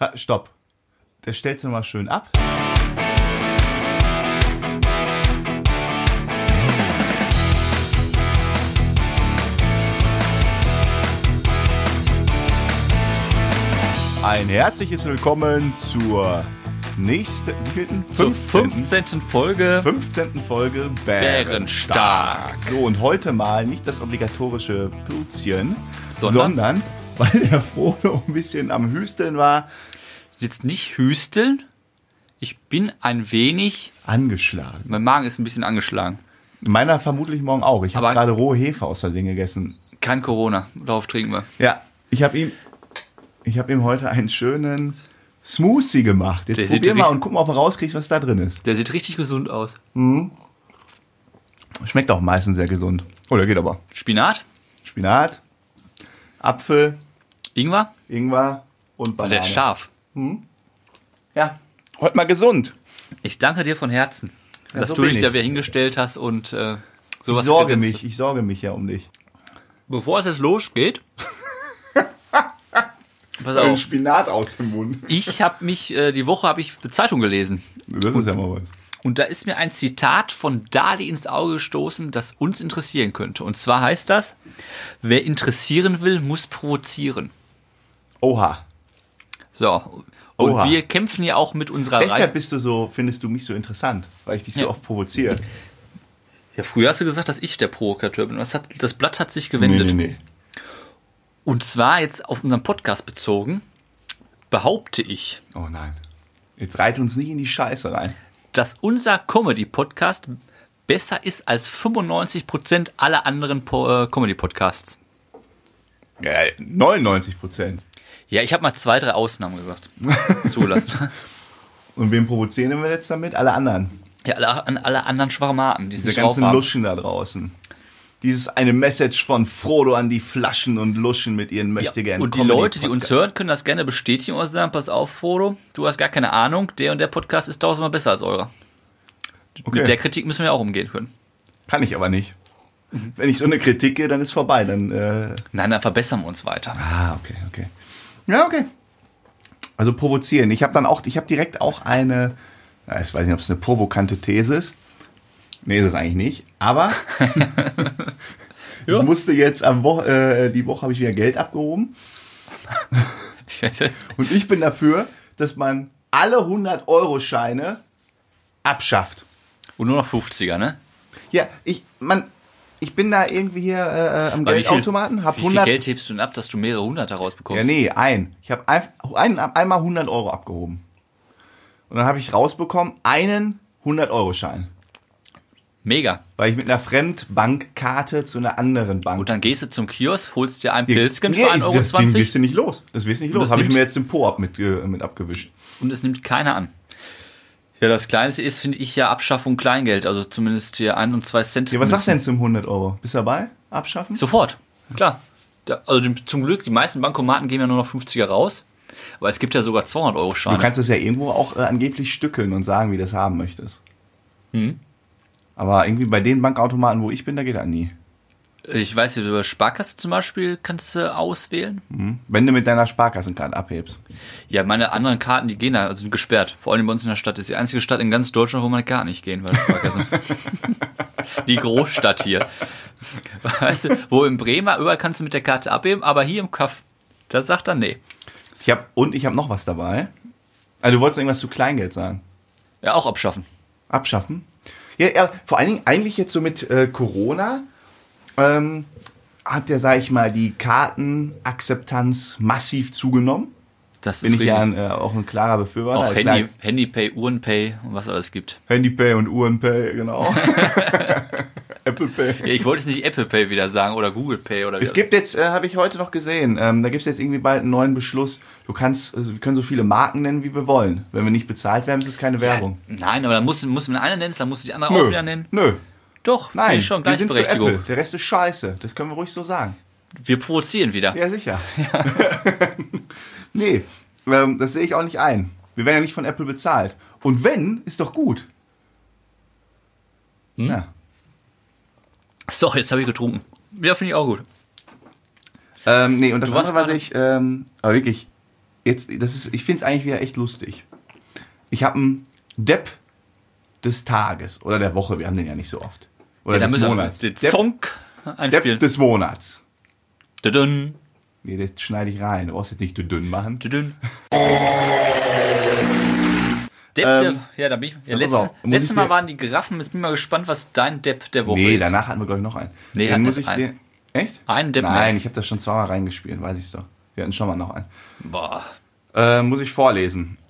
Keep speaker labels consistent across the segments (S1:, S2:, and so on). S1: Ah, Stopp. Das stellst du nochmal schön ab. Ein herzliches Willkommen zur nächsten, wievielten?
S2: Zur
S1: 15.
S2: 15. Folge
S1: 15. Folge Bärenstark.
S2: Bärenstark.
S1: So, und heute mal nicht das obligatorische Pilzchen,
S2: Sondern?
S1: sondern weil der Frodo ein bisschen am Hüsteln war,
S2: jetzt nicht hüsteln. Ich bin ein wenig,
S1: angeschlagen.
S2: mein Magen ist ein bisschen angeschlagen.
S1: Meiner vermutlich morgen auch. Ich habe
S2: Aber-
S1: gerade rohe Hefe aus Versehen gegessen.
S2: Kein Corona, darauf trinken wir.
S1: Ja, ich habe ihm, ich habe ihm heute einen schönen Smoothie gemacht.
S2: Der
S1: Jetzt
S2: sieht
S1: probier
S2: wie-
S1: mal und guck mal, ob er rauskriegt, was da drin ist.
S2: Der sieht richtig gesund aus.
S1: Schmeckt auch meistens sehr gesund. Oder geht aber.
S2: Spinat,
S1: Spinat, Apfel,
S2: Ingwer,
S1: Ingwer und
S2: und
S1: Banane.
S2: der ist scharf.
S1: Ja, heute mal gesund.
S2: Ich danke dir von Herzen, dass
S1: so
S2: du
S1: bin
S2: dich da
S1: ich.
S2: wieder hingestellt hast und äh, sowas
S1: ich sorge
S2: geritzt
S1: mich, ich sorge mich ja um dich.
S2: Bevor es jetzt losgeht. pass auf.
S1: Spinat aus dem Mund.
S2: Ich habe mich, äh, die Woche habe ich Zeitung gelesen.
S1: Das ist ja mal was.
S2: Und da ist mir ein Zitat von Dali ins Auge gestoßen, das uns interessieren könnte. Und zwar heißt das, wer interessieren will, muss provozieren.
S1: Oha.
S2: So. Und
S1: Oha.
S2: wir kämpfen ja auch mit unserer
S1: Deshalb
S2: Reihe.
S1: bist du so, findest du mich so interessant, weil ich dich so
S2: Ja.
S1: oft provoziere.
S2: Ja, früher hast du gesagt, dass ich der Provokateur bin. Das, hat, das Blatt hat sich gewendet.
S1: nee.
S2: Und zwar jetzt auf unseren Podcast bezogen, behaupte ich,
S1: Oh nein. Jetzt reit uns nicht in die Scheiße rein.
S2: dass unser Comedy-Podcast besser ist als 95% aller anderen Po- äh, Comedy-Podcasts.
S1: Ja, 99 Prozent.
S2: Ja, ich habe mal zwei, drei Ausnahmen gesagt. Zulassen.
S1: Und wen provozieren wir jetzt damit? Alle anderen.
S2: Ja, alle, an alle anderen Schwarmaten, die
S1: Diese
S2: sich
S1: ganzen
S2: draufhaben.
S1: Luschen da draußen. Dieses eine Message von Frodo an die Flaschen und Luschen mit ihren
S2: Ja,
S1: möchte gerne.
S2: und die Leute, die uns hören, können das gerne bestätigen und sagen, pass auf, Frodo, du hast gar keine Ahnung, der und der Podcast ist tausendmal besser als eurer.
S1: Okay.
S2: Mit der Kritik müssen wir auch umgehen können.
S1: Kann ich aber nicht. Wenn ich so eine Kritik gehe, dann ist vorbei. Dann. Äh,
S2: Nein, dann verbessern wir uns weiter.
S1: ah, okay, okay. Ja, okay. Also provozieren. Ich habe dann auch, ich habe direkt auch eine. ja, Ich weiß nicht, ob es eine provokante These ist. Nee, ist es eigentlich nicht. Aber
S2: Ja.
S1: ich musste jetzt am Wo äh, die Woche habe ich wieder Geld abgehoben. Und ich bin dafür, dass man alle 100-Euro-Scheine abschafft.
S2: Und nur noch 50er, ne?
S1: Ja, ich, man, ich bin da irgendwie hier äh, am
S2: Aber wie viel-
S1: Geldautomaten, hab
S2: Wie viel
S1: 100...
S2: Geld hebst du denn ab, dass du mehrere hundert daraus bekommst?
S1: ja, nee, ein. Ich habe ein, ein, einmal 100 Euro abgehoben. Und dann habe ich rausbekommen einen 100-Euro-Schein.
S2: Mega.
S1: Weil ich mit einer Fremdbankkarte zu einer anderen Bank...
S2: Und dann gehst du zum Kiosk, holst dir ein Pilzchen für
S1: ich-
S2: 1,20 Euro
S1: Das Ding wirst du nicht los. Das wirst du nicht los.
S2: das
S1: Habe ich
S2: nimmt-
S1: mir jetzt den Po-Up mit, äh, mit abgewischt.
S2: und es nimmt keiner an. Ja, das Kleinste ist, finde ich, ja Abschaffung Kleingeld. Also zumindest hier ein und zwei Cent.
S1: Ja, was sagst du denn zum 100 Euro? Bist du dabei? Abschaffen?
S2: Sofort, klar. Da, also dem, zum Glück, die meisten Bankomaten geben ja nur noch 50er raus. Aber es gibt ja sogar 200 Euro
S1: Du
S2: Scheine.
S1: kannst das ja irgendwo auch äh, angeblich stückeln und sagen, wie du das haben möchtest.
S2: Hm.
S1: Aber irgendwie bei den Bankautomaten, wo ich bin, da geht das nie.
S2: Ich weiß nicht, über Sparkasse zum Beispiel kannst du auswählen.
S1: Hm? Wenn du mit deiner Sparkassenkarte abhebst.
S2: Ja, meine anderen Karten, die gehen da, also sind gesperrt. Vor allem bei uns in der Stadt. Das ist die einzige Stadt in ganz Deutschland, wo meine Karten nicht gehen, weil Sparkasse. die Großstadt hier. Weißt du, wo in Bremer überall kannst du mit der Karte abheben, aber hier im Kaff, da sagt er nee.
S1: Ich hab, und ich habe noch was dabei. Also du wolltest noch irgendwas zu Kleingeld sagen.
S2: Ja, auch abschaffen.
S1: Abschaffen? Ja, ja vor allen Dingen eigentlich jetzt so mit äh, Corona ähm, hat ja, sag ich mal, die Kartenakzeptanz massiv zugenommen.
S2: Das
S1: Bin
S2: ist
S1: ich ja
S2: richtig.
S1: ein, äh, auch ein klarer Befürworter.
S2: Auch
S1: Klar,
S2: Handy, Handypay, Uhrenpay und was alles gibt.
S1: Handypay und Uhrenpay, genau. Apple Pay.
S2: Ja, ich wollte jetzt nicht Apple Pay wieder sagen oder Google Pay oder
S1: Es gibt jetzt, äh, habe ich heute noch gesehen, ähm, da gibt es jetzt irgendwie bald einen neuen Beschluss. Du kannst, also wir können so viele Marken nennen, wie wir wollen. Wenn wir nicht bezahlt werden, ist es keine Werbung.
S2: Nein, aber dann muss, muss man eine nennen, dann musst du die andere auch wieder nennen.
S1: Nö.
S2: Doch, finde
S1: Nein.
S2: ich schon
S1: wir sind für Apple.
S2: Gleichberechtigung.
S1: Der Rest ist scheiße. Das können wir ruhig so sagen.
S2: Wir provozieren wieder.
S1: Ja, sicher. nee, ähm, das sehe ich auch nicht ein. Wir werden ja nicht von Apple bezahlt. Und wenn, ist doch gut.
S2: Hm?
S1: Ja.
S2: So, jetzt habe ich getrunken. Ja, finde ich auch gut.
S1: Ähm, nee, und das
S2: warst
S1: andere, was
S2: gerade-
S1: ich, ähm, aber wirklich, jetzt, das ist, ich finde es eigentlich wieder echt lustig. Ich habe einen Depp des Tages oder der Woche, wir haben den ja nicht so oft. Oder
S2: Ja, da
S1: des
S2: müssen wir
S1: Monats.
S2: den
S1: Depp,
S2: Song einspielen.
S1: Depp des Monats.
S2: Tudun,
S1: Nee, das schneide ich rein. Du brauchst jetzt nicht zu dünn machen.
S2: tudun. Depp,
S1: Ähm,
S2: der, ja, da bin ich. Ja,
S1: pass
S2: letzte,
S1: auf, muss
S2: letztes
S1: ich
S2: Mal
S1: dir-
S2: waren die Giraffen. Jetzt bin ich mal gespannt, was dein Depp der Woche
S1: Nee,
S2: ist.
S1: danach hatten wir, glaube ich, noch einen.
S2: Nee,
S1: Dann
S2: hatten
S1: muss ich
S2: erst einen.
S1: den. Echt?
S2: Einen Depp mehr
S1: Nein,
S2: als-
S1: ich habe das schon zweimal reingespielt, weiß ich doch. Wir hatten schon mal noch einen.
S2: Boah.
S1: Äh, muss ich vorlesen.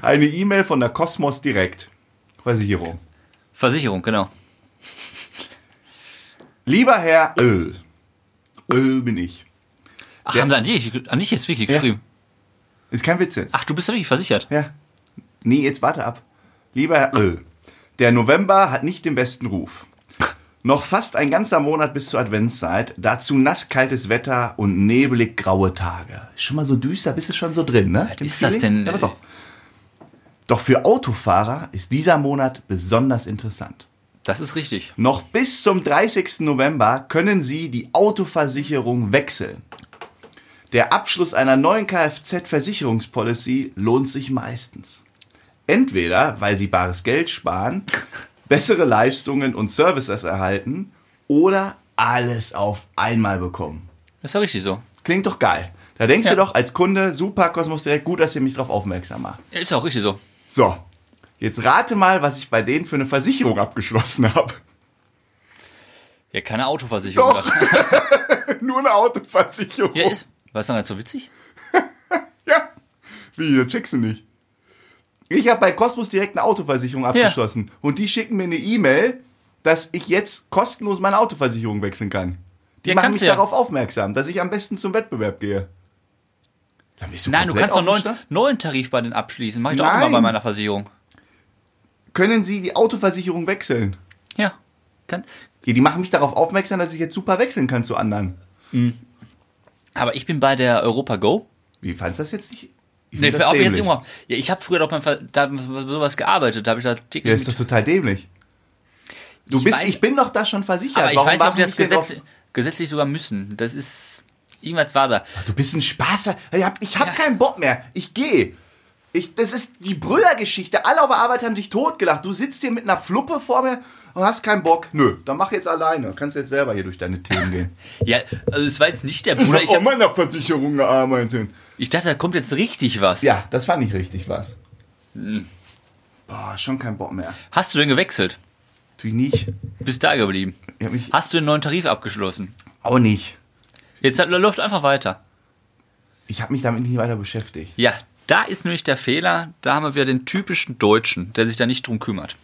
S1: Eine E-Mail von der Kosmos direkt. Versicherung.
S2: Versicherung, genau.
S1: Lieber Herr Öl. Öl bin ich.
S2: Ach,
S1: Ja.
S2: haben sie an dich, an dich jetzt wirklich geschrieben?
S1: Ist kein Witz jetzt.
S2: Ach, du bist ja wirklich versichert.
S1: Ja. Nee, jetzt warte ab. Lieber Herr Öl, der November hat nicht den besten Ruf. Noch fast ein ganzer Monat bis zur Adventszeit, dazu nasskaltes Wetter und nebelig graue Tage. Ist schon mal so düster, bist du schon so drin, ne? Dem
S2: ist das
S1: Feeling?
S2: denn,
S1: Ja, pass
S2: äh,
S1: auf. Doch für Autofahrer ist dieser Monat besonders interessant.
S2: Das ist richtig.
S1: Noch bis zum 30. November können Sie die Autoversicherung wechseln. Der Abschluss einer neuen Kfz-Versicherungspolicy lohnt sich meistens. Entweder, weil Sie bares Geld sparen, bessere Leistungen und Services erhalten oder alles auf einmal bekommen.
S2: Das ist ja richtig so.
S1: Klingt doch geil. Da denkst
S2: Ja.
S1: du doch als Kunde, super, Kosmos direkt, gut, dass ihr mich darauf aufmerksam macht.
S2: Ist auch richtig so.
S1: So, jetzt rate mal, was ich bei denen für eine Versicherung abgeschlossen habe.
S2: Ja, keine Autoversicherung.
S1: Doch.
S2: Das-
S1: Nur eine Autoversicherung.
S2: Ja, ist. Was ist denn jetzt so witzig?
S1: Ja. Wie, das checkst du nicht. Ich habe bei Cosmos direkt eine Autoversicherung abgeschlossen. Und die schicken mir eine E-Mail, dass ich jetzt kostenlos meine Autoversicherung wechseln kann. Die
S2: Ja,
S1: machen
S2: kannst
S1: mich
S2: du ja.
S1: darauf aufmerksam, dass ich am besten zum Wettbewerb gehe. Dann bist
S2: Nein, du
S1: komplett
S2: kannst doch einen
S1: auf dem
S2: neuen,
S1: Stand.
S2: neuen Tarif bei den abschließen. Mach ich doch auch
S1: Nein.
S2: immer bei meiner Versicherung.
S1: Können Sie die Autoversicherung wechseln?
S2: Ja. Kann,
S1: Hier, die machen mich darauf aufmerksam, dass ich jetzt super wechseln kann zu anderen.
S2: aber ich bin bei der Europa Go.
S1: Wie fandst du das jetzt nicht? Ich
S2: Nee,
S1: find das
S2: für auch jetzt
S1: dämlich.
S2: irgendwann. Ja, ich habe früher doch beim Ver da hab ich sowas gearbeitet, da habe ich da
S1: Ja,
S2: täglich
S1: ist doch
S2: mit,
S1: total dämlich. Du
S2: Ich
S1: bist,
S2: weiß-
S1: ich bin doch da schon versichert.
S2: aber ich
S1: Warum
S2: weiß nicht, ob
S1: machen
S2: die
S1: die
S2: das
S1: mich darauf-
S2: Gesetz, gesetzlich sogar müssen. Das ist irgendwas war da.
S1: Du bist ein Spaß. Ich hab, ich hab
S2: Ja.
S1: keinen Bock mehr. Ich gehe. Ich, das ist die Brüller-Geschichte. Alle auf der Arbeit haben dich totgelacht. Du sitzt hier mit einer Fluppe vor mir und hast keinen Bock. Nö, dann mach jetzt alleine. Kannst jetzt selber hier durch deine Themen gehen.
S2: Ja, also es war jetzt nicht der Bruder. Ich, hab,
S1: meiner Versicherung gearbeitet.
S2: ich dachte, da kommt jetzt richtig was.
S1: Ja, das fand ich richtig was.
S2: Hm.
S1: Boah, schon kein Bock mehr.
S2: Hast du denn gewechselt?
S1: Natürlich nicht.
S2: Bist da geblieben?
S1: Ich hab mich
S2: Hast du den neuen Tarif abgeschlossen?
S1: auch nicht.
S2: Jetzt hat, läuft einfach weiter.
S1: Ich habe mich damit nicht weiter beschäftigt.
S2: Ja, da ist nämlich der Fehler. Da haben wir wieder den typischen Deutschen, der sich da nicht drum kümmert.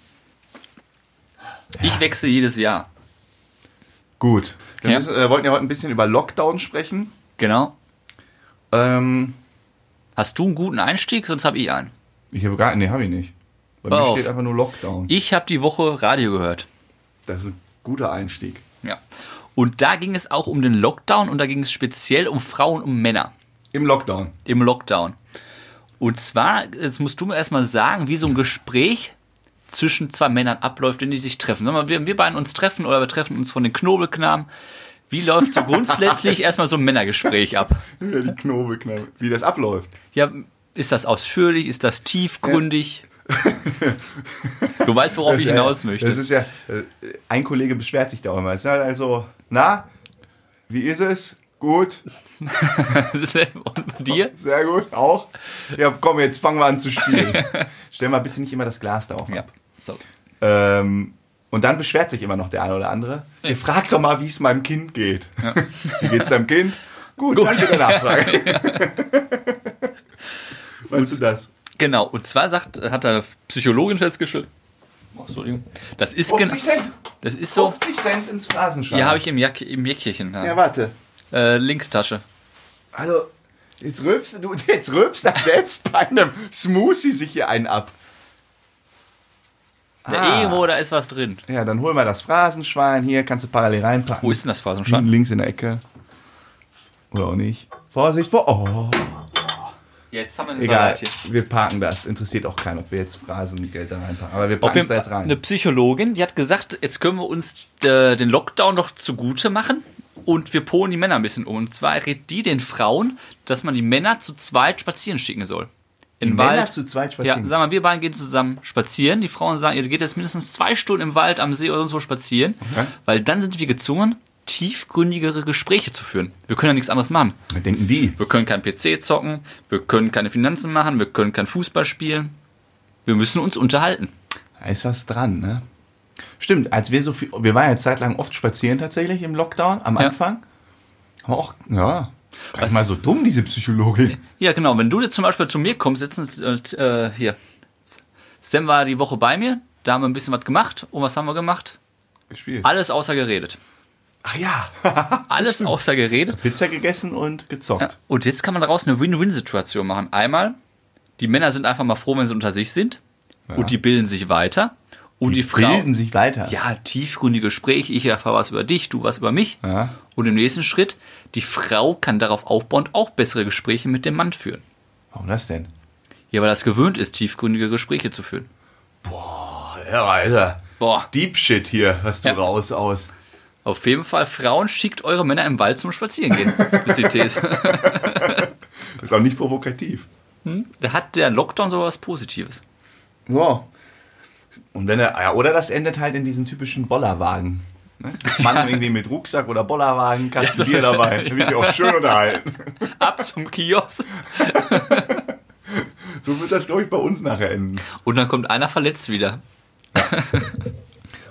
S2: Ich wechsle jedes Jahr.
S1: Gut. Wir
S2: Ja.
S1: müssen, äh, wollten ja heute ein bisschen über Lockdown sprechen.
S2: Genau.
S1: Ähm,
S2: Hast du einen guten Einstieg? Sonst habe ich einen.
S1: ich habe gar nee, habe ich nicht. Bei
S2: Pass
S1: mir
S2: auf.
S1: steht einfach nur Lockdown.
S2: Ich habe die Woche Radio gehört.
S1: Das ist ein guter Einstieg.
S2: Ja. Und da ging es auch um den Lockdown und da ging es speziell um Frauen und Männer
S1: Im Lockdown.
S2: im Lockdown. Und zwar, jetzt musst du mir erstmal sagen, wie so ein Gespräch zwischen zwei Männern abläuft, wenn die sich treffen. Sagen wir, mal, wir, wir beiden uns treffen oder wir treffen uns von den Knobelknaben. Wie läuft so grundsätzlich erstmal so ein Männergespräch ab?
S1: Ja, die Knobelknabe. Wie das abläuft.
S2: Ja, ist das ausführlich? Ist das tiefgründig? Du weißt, worauf
S1: Das
S2: ich
S1: ist ja-
S2: hinaus möchte.
S1: Das ist ja, äh, ein Kollege beschwert sich da auch immer. Es ist halt also, na, wie ist es? Gut,
S2: Und bei dir?
S1: sehr gut, auch. Ja, komm, jetzt fangen wir an zu spielen. Stell mal bitte nicht immer das Glas da auf.
S2: Ja. So.
S1: Ähm, und dann beschwert sich immer noch der eine oder andere. Ihr fragt doch mal, wie es meinem Kind geht. Wie geht's deinem Kind? Gut, danke der Nachfrage. Weißt du das?
S2: Genau, und zwar sagt, hat eine Psychologin festgestellt, Oh, Entschuldigung. das ist genau,
S1: 50 Cent.
S2: das ist so,
S1: 50 Cent ins Phrasenschwein.
S2: hier habe ich im, Jack, im Jäckchen,
S1: Ja,
S2: ja.
S1: warte.
S2: äh, Linkstasche.
S1: Also, jetzt rülpst du, jetzt rülpst er selbst bei einem Smoothie sich hier einen ab.
S2: Da
S1: Ah.
S2: irgendwo, da ist was drin.
S1: Ja, dann hol mal das Phrasenschwein hier, kannst du parallel reinpacken.
S2: Wo ist denn das Phasenschwein?
S1: Hinten links in der Ecke. Oder auch nicht. Vorsicht, vor. Oh,
S2: Jetzt haben wir eine
S1: egal.
S2: Salat hier.
S1: Wir parken das. Interessiert auch keinen, ob wir jetzt Phrasengeld da reinpacken. Aber wir
S2: Auf
S1: packen es
S2: jeden
S1: da jetzt
S2: Fall
S1: rein.
S2: eine Psychologin, die hat gesagt, jetzt können wir uns äh, den Lockdown doch zugute machen und wir polen die Männer ein bisschen um. Und zwar rät die den Frauen, dass man die Männer zu zweit spazieren schicken soll. In
S1: Die Männer zu zweit spazieren.
S2: Ja, sagen wir, wir beiden gehen zusammen spazieren. Die Frauen sagen, ihr geht jetzt mindestens zwei Stunden im Wald, am See oder sonst wo spazieren.
S1: Okay.
S2: Weil dann sind wir gezwungen, tiefgründigere Gespräche zu führen. Wir können ja nichts anderes machen.
S1: Was denken die?
S2: Wir können kein PC zocken, wir können keine Finanzen machen, wir können kein Fußball spielen. Wir müssen uns unterhalten.
S1: Da ist was dran, ne? Stimmt, als wir so viel, wir waren ja zeitlang oft spazieren tatsächlich im Lockdown am
S2: Ja.
S1: Anfang. Haben wir auch, ja, gar nicht mal so dumm, diese Psychologin.
S2: Ja, genau. Wenn du jetzt zum Beispiel zu mir kommst, sitzen äh, hier. Sam war die Woche bei mir, da haben wir ein bisschen was gemacht. Und was haben wir gemacht?
S1: Gespielt.
S2: Alles außer geredet.
S1: Ach ja,
S2: Alles außer geredet.
S1: Pizza gegessen und gezockt.
S2: Ja, Und jetzt kann man daraus eine Win-Win-Situation machen. Einmal, die Männer sind einfach mal froh, wenn sie unter sich sind. Und die bilden sich weiter. Und die, Frauen.
S1: Bilden sich weiter.
S2: Ja, tiefgründige Gespräche. Ich erfahre was über dich, du was über mich.
S1: Ja.
S2: Und im nächsten Schritt, die Frau kann darauf aufbauend auch bessere Gespräche mit dem Mann führen.
S1: Warum das denn?
S2: Ja, weil das gewöhnt ist, tiefgründige Gespräche zu führen.
S1: Ja, Alter.
S2: Boah.
S1: Deep Shit hier hast du
S2: Ja.
S1: raus aus.
S2: Auf jeden Fall, Frauen schickt eure Männer im Wald zum Spazierengehen. Ist die These.
S1: Ist auch nicht provokativ.
S2: Da hat der Lockdown sogar was Positives.
S1: Ja. Und wenn er, ja, oder das endet halt in diesen typischen Bollerwagen. Ne? Mann irgendwie mit Rucksack oder Bollerwagen, Kasten
S2: Ja, so-
S1: Bier dabei. Da wird sich auch schön unterhalten.
S2: Ab zum Kiosk.
S1: So wird das, glaube ich, bei uns nachher enden.
S2: Und dann kommt einer verletzt wieder.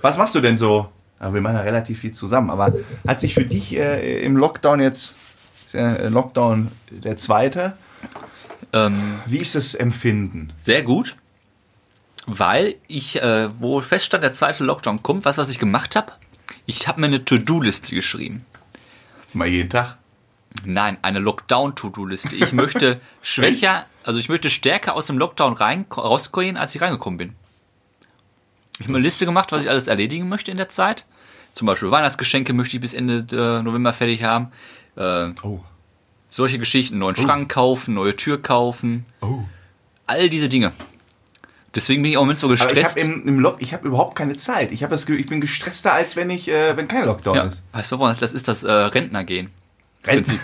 S1: Was machst du denn so? Aber wir machen ja relativ viel zusammen. Aber hat sich für dich äh, im Lockdown jetzt, ist ja äh, Lockdown der zweite,
S2: Ähm,
S1: wie ist das Empfinden?
S2: sehr gut. Weil ich, äh, wo feststand, der zweite Lockdown kommt, was, was ich gemacht habe? Ich habe mir eine To-Do-Liste geschrieben.
S1: Mal jeden Tag.
S2: Nein, eine Lockdown-To-Do-Liste. Ich möchte schwächer, also ich möchte stärker aus dem Lockdown rein, rausgehen, als ich reingekommen bin. Ich habe eine Liste gemacht, was ich alles erledigen möchte in der Zeit. Zum Beispiel Weihnachtsgeschenke möchte ich bis Ende äh, November fertig haben. Äh,
S1: Oh.
S2: solche Geschichten, neuen Schrank kaufen, neue Tür kaufen,
S1: Oh.
S2: all diese Dinge. Deswegen bin ich auch im Moment so
S1: Aber ich
S2: gestresst.
S1: habe im, im Lock, ich habe überhaupt keine Zeit. Ich habe das, Gefühl, ich bin gestresster als wenn ich, äh, wenn kein Lockdown
S2: ja,
S1: ist.
S2: weißt du, warum das- das ist das äh, Rentnergehen.
S1: Renten.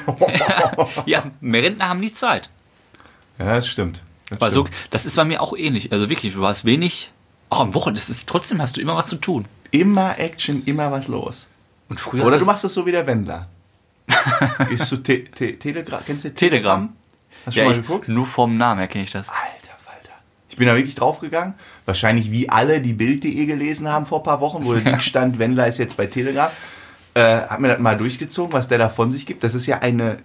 S2: Ja, mehr Rentner haben die Zeit.
S1: ja, das stimmt. Das
S2: Weil so,
S1: stimmt.
S2: das ist bei mir auch ähnlich. Also wirklich, du hast wenig. Auch am Wochenende, das ist, trotzdem hast du immer was zu tun.
S1: Immer Action, immer was los.
S2: Und früher.
S1: Oder
S2: hat
S1: du
S2: das
S1: machst das so wie der Wendler. Gehst du te te Telegram? Kennst du
S2: Telegram.
S1: Hast du
S2: Ja,
S1: schon mal
S2: ich,
S1: geguckt?
S2: nur vom Namen erkenne ich das.
S1: Alter Falter. Ich bin da wirklich draufgegangen. Wahrscheinlich wie alle, die Bild.de gelesen haben vor ein paar Wochen, wo der Link stand, Wendler ist jetzt bei Telegram. Äh, hab mir das mal durchgezogen, was der da von sich gibt. Das ist ja eine,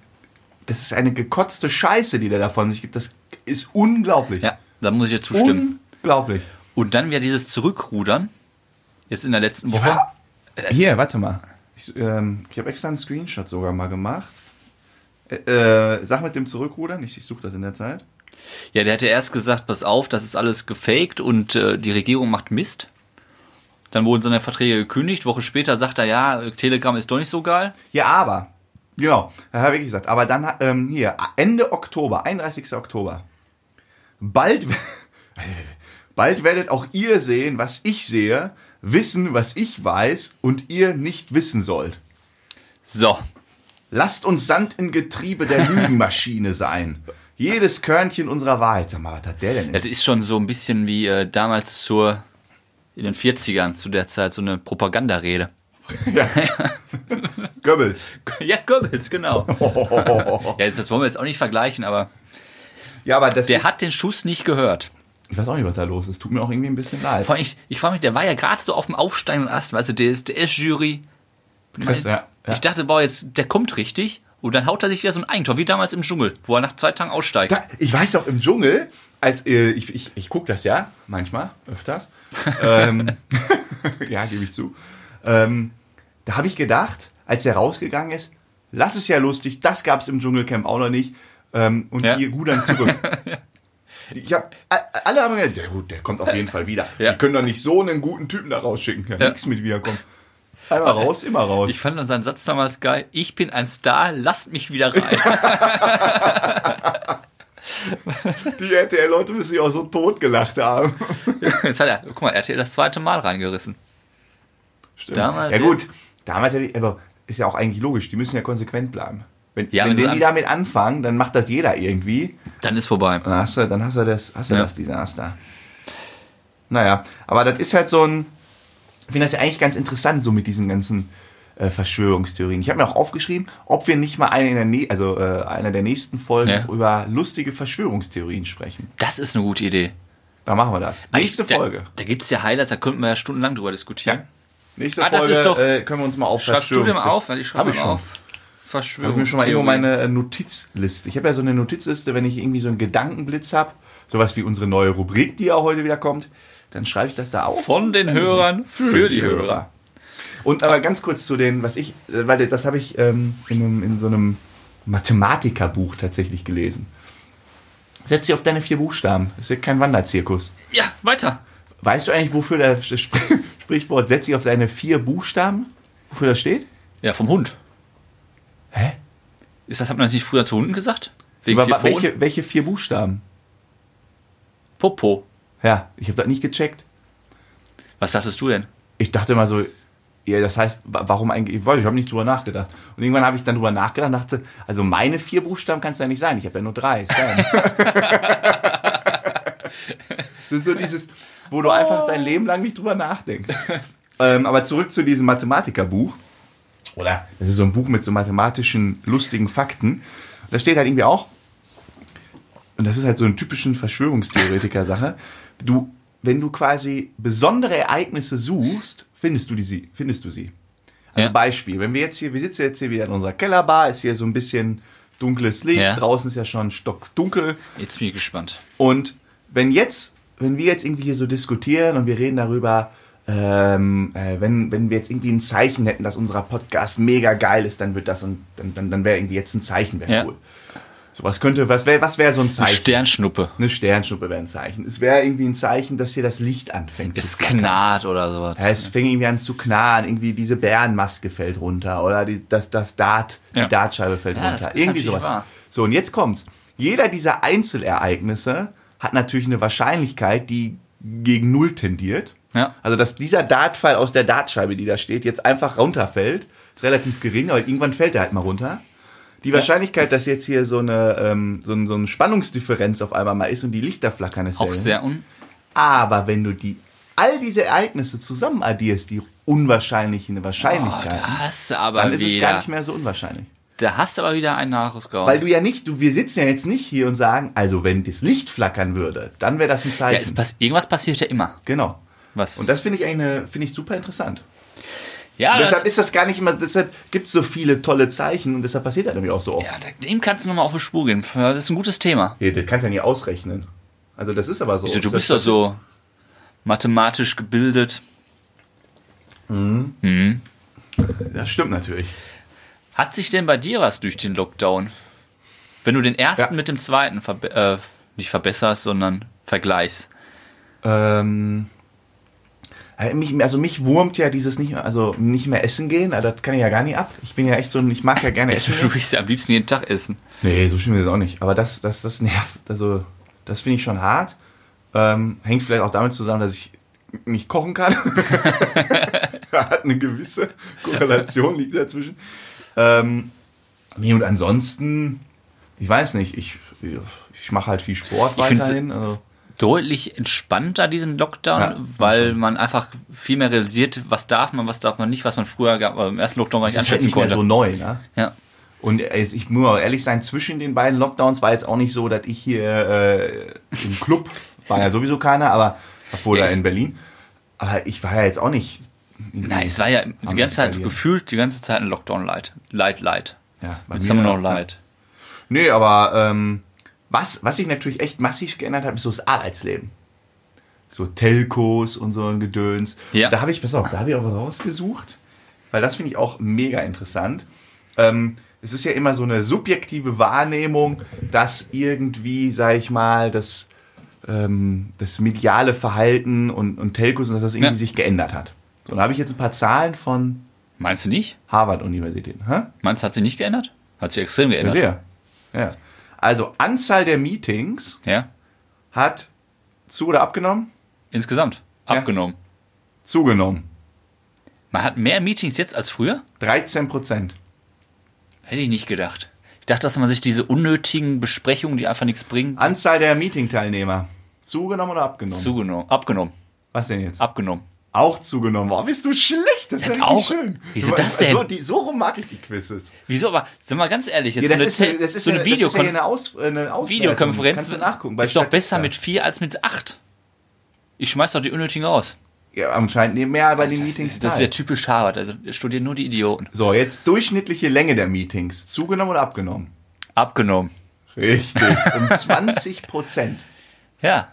S1: das ist eine gekotzte Scheiße, die der da von sich gibt. Das ist unglaublich.
S2: Ja, da muss ich dir zustimmen.
S1: Unglaublich.
S2: Und dann wieder dieses Zurückrudern. Jetzt in der letzten Woche.
S1: Hier, warte mal. Ah, Ich, ähm, ich habe extra einen Screenshot sogar mal gemacht. Äh, äh, sag mit dem Zurückrudern, ich, ich suche das in der Zeit.
S2: Ja, der hatte erst gesagt, pass auf, das ist alles gefaked und äh, die Regierung macht Mist. Dann wurden seine Verträge gekündigt. Woche später sagt er, ja, Telegram ist doch nicht so geil.
S1: Ja, aber. Genau, das habe ich gesagt. Aber dann ähm, hier, Ende Oktober, 31. Oktober. Bald, bald werdet auch ihr sehen, was ich sehe, wissen, was ich weiß und ihr nicht wissen sollt.
S2: So,
S1: Lasst uns Sand in Getriebe der Lügenmaschine sein. Jedes Körnchen unserer Wahrheit. Sag mal, was hat der denn?
S2: das ist schon so ein bisschen wie äh, damals zur, in den 40ern, zu der Zeit, so eine Propagandarede.
S1: Goebbels.
S2: ja, Goebbels, genau. Ja, jetzt- das wollen wir jetzt auch nicht vergleichen, aber
S1: Ja, aber das
S2: der
S1: ist,
S2: hat den Schuss nicht gehört.
S1: Ich weiß auch nicht, was da los ist. Tut mir auch irgendwie ein bisschen leid.
S2: Vor allem, ich, ich frage mich, der war ja gerade so auf dem aufsteigenden Ast, weißt du, DSDS-Jury.
S1: Krass, ja, ja.
S2: Ich dachte, boah, jetzt, der kommt richtig. Und dann haut er sich wieder so ein Eigentor, wie damals im Dschungel, wo er nach zwei Tagen aussteigt.
S1: Da, ich weiß doch, im Dschungel, als äh, ich, ich, ich gucke das ja manchmal, öfters. ähm, ja, gebe ich zu. Ähm, da habe ich gedacht, als er rausgegangen ist, lass es ja lustig, das gab es im Dschungelcamp auch noch nicht. Ähm, und
S2: Ja.
S1: die rudern zurück. Ich hab, a- alle haben gedacht, der, gut, der kommt auf jeden Fall wieder.
S2: Ja.
S1: Die können doch nicht so einen guten Typen da rausschicken. Ja,
S2: Ja.
S1: Nix mit wiederkommen. Einmal raus, immer raus.
S2: Ich fand dann seinen Satz damals geil. Ich bin ein Star, lasst mich wieder rein.
S1: die RTL-Leute müssen sich auch so tot gelacht haben.
S2: Jetzt hat er, guck mal, RTL das zweite Mal reingerissen.
S1: Stimmt.
S2: Damals
S1: ja gut, damals habe ich, aber ist ja auch eigentlich logisch, die müssen ja konsequent bleiben. Wenn,
S2: Ja,
S1: wenn,
S2: wenn sie
S1: die
S2: an-
S1: damit anfangen, dann macht das jeder irgendwie.
S2: Dann ist vorbei.
S1: Dann hast du, dann hast du das, hast du
S2: Ja.
S1: das Desaster. Naja, aber das ist halt so ein. Ich finde das ja eigentlich ganz interessant, so mit diesen ganzen äh, Verschwörungstheorien. Ich habe mir auch aufgeschrieben, ob wir nicht mal eine in der Nä also äh, einer der nächsten Folgen
S2: Ja.
S1: über lustige Verschwörungstheorien sprechen.
S2: Das ist eine gute Idee.
S1: Da machen wir das. Nächste
S2: Da-
S1: Folge.
S2: Da, da gibt es ja Highlights, da könnten wir ja stundenlang drüber diskutieren.
S1: Nächste
S2: Ah, das ist doch-
S1: äh, können wir uns mal auf
S2: Schreibst du dem
S1: Verschwörungstheorien-
S2: auf? Weil ich
S1: Hab
S2: schreibe
S1: ich
S2: mir
S1: schon.
S2: auf.
S1: Ich habe mir schon
S2: Verschwörungstheorien.
S1: mal irgendwo meine äh, Notizliste. Ich habe ja so eine Notizliste, wenn ich irgendwie so einen Gedankenblitz habe, sowas wie unsere neue Rubrik, die ja heute wieder kommt, dann schreibe ich das da auf.
S2: Von den Hörern für die Hörer.
S1: Und aber ganz kurz zu den, was ich, äh, weil das habe ich ähm, in, einem, in so einem Mathematikerbuch tatsächlich gelesen. Setz dich auf deine vier Buchstaben. Es wird kein Wanderzirkus.
S2: Ja, weiter.
S1: Weißt du eigentlich, wofür das Sp- Sprichwort setz dich auf deine vier Buchstaben, wofür das steht?
S2: Ja, vom Hund.
S1: Hä?
S2: Ist das, hat man das nicht früher zu Hunden gesagt? Wegen
S1: Aber
S2: vier
S1: wa-
S2: Pfoten?
S1: welche, welche vier Buchstaben?
S2: Popo.
S1: Ja, ich habe das nicht gecheckt.
S2: Was dachtest du denn?
S1: Ich dachte mal so, ja, das heißt, wa- warum eigentlich? Ich weiß, ich habe nicht drüber nachgedacht. Und irgendwann habe ich dann drüber nachgedacht und dachte, also meine vier Buchstaben kann es ja nicht sein. Ich habe ja nur drei. Ist ja nicht. Das ist so dieses, wo du einfach dein Leben lang nicht drüber nachdenkst. ähm, aber zurück zu diesem Mathematikerbuch. Oder? Das ist so ein Buch mit so mathematischen, lustigen Fakten. Und da steht halt irgendwie auch, und das ist halt so eine typischen Verschwörungstheoretiker-Sache, du, wenn du quasi besondere Ereignisse suchst, findest du, die, sie- findest du sie. Also
S2: Ja.
S1: Beispiel, wenn wir jetzt hier, wir sitzen jetzt hier wieder in unserer Kellerbar, ist hier so ein bisschen dunkles Licht,
S2: Ja.
S1: draußen ist ja schon stockdunkel.
S2: Jetzt bin ich gespannt.
S1: Und wenn jetzt, wenn wir jetzt irgendwie hier so diskutieren und wir reden darüber, ähm, äh, wenn, wenn wir jetzt irgendwie ein Zeichen hätten, dass unser Podcast mega geil ist, dann wird das und dann, dann, dann wäre irgendwie jetzt ein Zeichen, wäre
S2: Ja.
S1: cool. So was könnte, was wäre was wäre so ein Zeichen?
S2: Sternschnuppe.
S1: Eine Sternschnuppe wäre ein Zeichen. Es wäre irgendwie ein Zeichen, dass hier das Licht anfängt. zu
S2: Es knarrt oder sowas.
S1: ja, es fing irgendwie an zu knarren, irgendwie diese Bärenmaske fällt runter oder die, das, das Dart,
S2: Ja.
S1: die Dartscheibe fällt
S2: Ja, das
S1: runter.
S2: ist
S1: irgendwie
S2: natürlich
S1: sowas.
S2: wahr.
S1: So, und jetzt kommt's. Jeder dieser Einzelereignisse hat natürlich eine Wahrscheinlichkeit, die gegen Null tendiert.
S2: Ja.
S1: Also, dass dieser Dartpfeil aus der Dartscheibe, die da steht, jetzt einfach runterfällt, ist relativ gering, aber irgendwann fällt er halt mal runter. Die Wahrscheinlichkeit, dass jetzt hier so eine, ähm, so, ein, so eine Spannungsdifferenz auf einmal mal ist und die Lichter flackern, ist
S2: Auch
S1: selten.
S2: sehr un.
S1: Aber wenn du die all diese Ereignisse zusammen addierst, die unwahrscheinlichen
S2: Oh,
S1: Wahrscheinlichkeiten,
S2: da hast du aber
S1: dann ist es
S2: wieder.
S1: gar nicht mehr so unwahrscheinlich.
S2: Da hast du aber wieder einen rausgehauen.
S1: Weil du ja nicht, du, wir sitzen ja jetzt nicht hier und sagen, also wenn das Licht flackern würde, dann wäre das ein
S2: ja,
S1: Zeichen.
S2: es pass irgendwas passiert ja immer.
S1: genau.
S2: Was?
S1: Und das finde ich eigentlich eine- finde ich super interessant.
S2: ja,
S1: deshalb ist das gar nicht immer, deshalb gibt es so viele tolle Zeichen und deshalb passiert das nämlich auch so oft.
S2: ja, da- dem kannst du nochmal auf die Spur gehen. Das ist ein gutes Thema.
S1: Hey, das kannst du ja nie ausrechnen. Also das ist aber so.
S2: Du, du
S1: Das-
S2: bist doch
S1: das
S2: so mathematisch gebildet.
S1: ist- Das stimmt natürlich.
S2: Hat sich denn bei dir was durch den Lockdown? Wenn du den ersten
S1: Ja.
S2: mit dem zweiten verbe äh, nicht verbesserst, sondern vergleichst.
S1: Ähm, halt mich, also mich wurmt ja dieses nicht mehr, also nicht mehr essen gehen, also das kann ich ja gar nicht ab. Ich bin ja echt so ein, ich mag ja gerne
S2: Du
S1: essen. gehen.
S2: willst ja am liebsten jeden Tag essen.
S1: nee, so schlimm ist es auch nicht. Aber das, das, das nervt. Also, das finde ich schon hart. Ähm, hängt vielleicht auch damit zusammen, dass ich nicht kochen kann. Hat eine gewisse Korrelation liegt dazwischen. Ähm, nee, und ansonsten, ich weiß nicht, ich, ich mache halt viel Sport
S2: Ich find's-
S1: weiterhin. Also.
S2: Deutlich entspannter diesen Lockdown,
S1: Ja,
S2: weil man einfach viel mehr realisiert, was darf man, was darf man nicht, was man früher gab, äh, im ersten Lockdown gar nicht
S1: Das ist halt
S2: anschätzen
S1: nicht mehr
S2: konnte.
S1: so neu, ne?
S2: ja.
S1: Und es- ich muss auch ehrlich sein, zwischen den beiden Lockdowns war jetzt auch nicht so, dass ich hier äh, im Club war ja sowieso keiner, aber obwohl
S2: Ja,
S1: da
S2: ist-
S1: in Berlin. Aber ich war ja jetzt auch nicht.
S2: Nein, es war ja die ganze Zeit
S1: eskalieren.
S2: gefühlt, die ganze Zeit ein Lockdown light. Light, light.
S1: Ja, bei
S2: Mit
S1: mir-
S2: Summer No Light.
S1: Nee, aber ähm, was, was sich natürlich echt massiv geändert hat, ist so das Arbeitsleben. So Telcos und so ein Gedöns.
S2: Ja.
S1: Da habe ich, pass auf, da habe ich auch was rausgesucht, weil das finde ich auch mega interessant. Ähm, es ist ja immer so eine subjektive Wahrnehmung, dass irgendwie, sag ich mal, das, ähm, das mediale Verhalten und, und Telcos und dass das irgendwie
S2: Ja.
S1: sich geändert hat. So, und da habe ich jetzt ein paar Zahlen von
S2: Meinst du nicht?
S1: Harvard-Universität. Hä?
S2: Meinst du, hat sie nicht geändert? Hat sie extrem
S1: Ja.
S2: geändert.
S1: Sehr. Ja. Also Anzahl der Meetings
S2: Ja.
S1: hat zu oder abgenommen?
S2: Insgesamt.
S1: Ja.
S2: Abgenommen.
S1: Zugenommen.
S2: Man hat mehr Meetings jetzt als früher?
S1: 13 Prozent.
S2: Hätte ich nicht gedacht. Ich dachte, dass man sich diese unnötigen Besprechungen, die einfach nichts bringen,
S1: Anzahl der Meeting-Teilnehmer. Zugenommen oder abgenommen?
S2: zugenommen, abgenommen,
S1: Was denn jetzt?
S2: abgenommen.
S1: auch zugenommen. Oh, bist du schlecht? Das ist ja richtig
S2: auch.
S1: schön.
S2: Wieso
S1: Du-
S2: das denn?
S1: So, die, so rum mag ich die Quizzes.
S2: Wieso? Aber sind wir ganz ehrlich, jetzt so eine, Te- so eine
S1: ja- das ist ja
S2: Videokon
S1: hier eine, Aus, äh, eine Auswertung.
S2: Videokonferenz
S1: Kannst du nachgucken. bei
S2: ist doch
S1: Statista.
S2: besser mit vier als mit acht. Ich schmeiß doch die unnötigen raus.
S1: Ja, anscheinend nehmen mehr bei den
S2: Das
S1: Meetings
S2: ist, das ist
S1: teil.
S2: ja typisch Harvard. Also studieren nur die Idioten.
S1: So, jetzt durchschnittliche Länge der Meetings. Zugenommen oder abgenommen?
S2: Abgenommen.
S1: Richtig. Um 20 Prozent.
S2: Ja.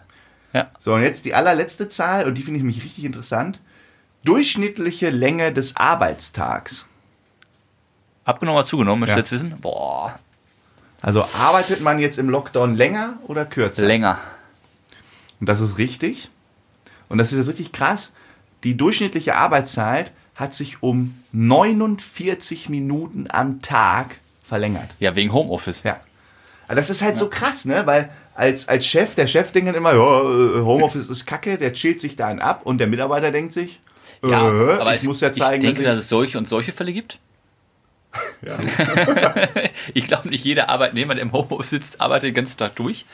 S2: Ja.
S1: So, und jetzt die allerletzte Zahl, und die finde ich mich richtig interessant. Durchschnittliche Länge des Arbeitstags.
S2: Abgenommen oder zugenommen,
S1: Ja.
S2: möchtest du jetzt wissen? Boah,
S1: Also arbeitet man jetzt im Lockdown länger oder kürzer?
S2: länger.
S1: Und das ist richtig. Und das ist jetzt richtig krass. Die durchschnittliche Arbeitszeit hat sich um 49 Minuten am Tag verlängert.
S2: Ja, wegen Homeoffice.
S1: Ja. Aber das ist halt so krass, ne? Weil als, als Chef, der Chef denkt dann immer, ja, äh, Homeoffice ist kacke, der chillt sich da einen ab und der Mitarbeiter denkt sich, äh,
S2: Ja,
S1: ich muss ja zeigen,
S2: ich denke,
S1: dass
S2: dass es solche und solche Fälle gibt. ich glaube nicht jeder Arbeitnehmer, der im Homeoffice sitzt, arbeitet den ganzen Tag durch.
S1: ich.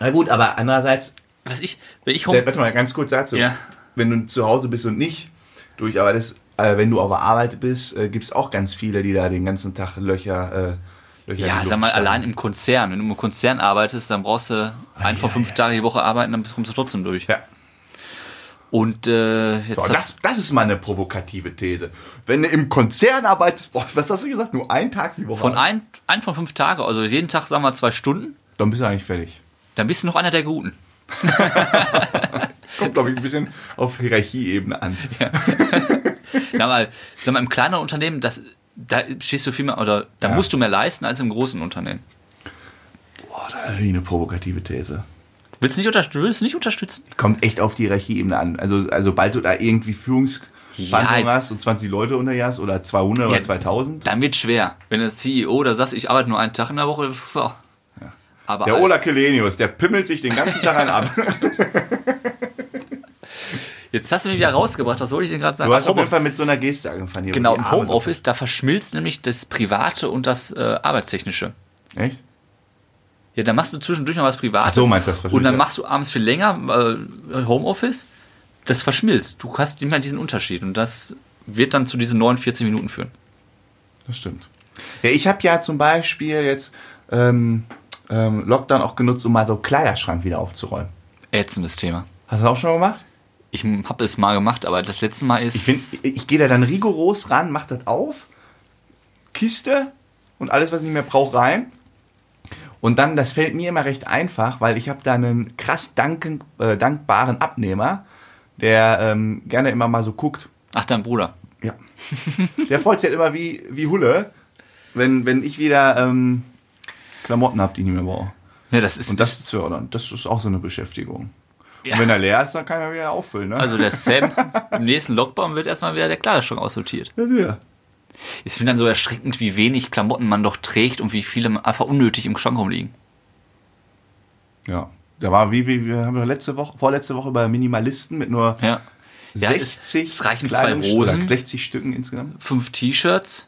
S1: Na gut, aber andererseits,
S2: Was ich, wenn ich
S1: Der,
S2: Home
S1: warte mal, ganz kurz dazu.
S2: Oh. Ja.
S1: Wenn du zu Hause bist und nicht durcharbeitest, äh, wenn du auf der Arbeit bist, äh, gibt es auch ganz viele, die da den ganzen Tag Löcher. Äh, Löcher in die
S2: ja,
S1: Luft
S2: sag mal,
S1: schlagen.
S2: allein im Konzern. Wenn du im Konzern arbeitest, dann brauchst du ein vor fünf Tage die Woche arbeiten, dann kommst du trotzdem durch.
S1: Ah, Ja.
S2: Und äh, jetzt
S1: Boah,
S2: hast-
S1: das, das ist mal eine provokative These. Wenn du im Konzern arbeitest, boah, was hast du gesagt? Nur einen Tag die Woche.
S2: von ein, ein von fünf Tagen, also jeden Tag, sagen wir zwei Stunden,
S1: Dann bist du eigentlich fertig.
S2: dann bist du noch einer der Guten.
S1: Kommt, glaube ich, ein bisschen auf Hierarchieebene an.
S2: Na, weil, sag mal, im kleineren Unternehmen, das, da stehst du viel mehr, oder da
S1: Ja.
S2: musst du mehr leisten als im großen Unternehmen.
S1: Boah, das ist eine provokative These.
S2: Willst du nicht, unterst du willst nicht unterstützen?
S1: Kommt echt auf die Hierarchieebene an. Also, also sobald du da irgendwie Führungsverantwortung
S2: jetzt-
S1: hast und 20 Leute unter dir hast oder 200 oder
S2: Ja.
S1: 2000.
S2: Dann wird schwer. Wenn E du CEO oder sagst, ich arbeite nur einen Tag in der Woche, pff, ja. aber
S1: Der
S2: als-
S1: Ola Kelenius, der pimmelt sich den ganzen Tag einen ab.
S2: jetzt hast du mich wieder rausgebracht, was wollte ich denn gerade sagen?
S1: Du hast
S2: Ach,
S1: auf jeden
S2: Homeoffice.
S1: Fall mit so einer Geste angefangen. hier
S2: Genau,
S1: mit den
S2: im
S1: Armen so-
S2: Homeoffice, da verschmilzt nämlich das Private und das äh, Arbeitstechnische.
S1: Echt?
S2: Ja, dann machst du zwischendurch mal was Privates.
S1: Ach so, meinst du, das verschmilzt,
S2: Und dann
S1: ja.
S2: machst du abends viel länger äh, Homeoffice. Das verschmilzt. Du hast immer diesen Unterschied. Und das wird dann zu diesen 49 Minuten führen.
S1: Das stimmt. Ja, ich habe ja zum Beispiel jetzt ähm, ähm, Lockdown auch genutzt, um mal so einen Kleiderschrank wieder aufzuräumen.
S2: Ätzendes Thema.
S1: Hast du das auch schon gemacht?
S2: Ich habe es mal gemacht, aber das letzte Mal ist.
S1: Ich, bin- ich gehe da dann rigoros ran, mach das auf, Kiste und alles, was ich nicht mehr brauche, rein. Und dann, das fällt mir immer recht einfach, weil ich habe da einen krass danken, äh, dankbaren Abnehmer, der ähm, gerne immer mal so guckt.
S2: Ach, dein Bruder.
S1: Ja. Der freut sich halt immer wie, wie Hulle, wenn, wenn ich wieder ähm, Klamotten habe, die ich nicht mehr brauche.
S2: Ja, das ist.
S1: Und das ist, ja, dann- das ist auch so eine Beschäftigung.
S2: Ja.
S1: Und wenn er leer ist, dann kann er wieder auffüllen. Ne?
S2: also der Sam im nächsten Lockdown wird erstmal wieder der Kleiderschrank aussortiert.
S1: ja, sicher.
S2: Ich finde dann so erschreckend, wie wenig Klamotten man doch trägt und wie viele man einfach unnötig im Schrank rumliegen.
S1: ja. Da war wie, wie wir haben ja letzte Woche, vorletzte Woche bei Minimalisten mit nur
S2: Ja. Ja,
S1: 60
S2: es reichen zwei
S1: Kleidungsstück-
S2: Hosen.
S1: 60 Stücken insgesamt.
S2: Fünf T-Shirts,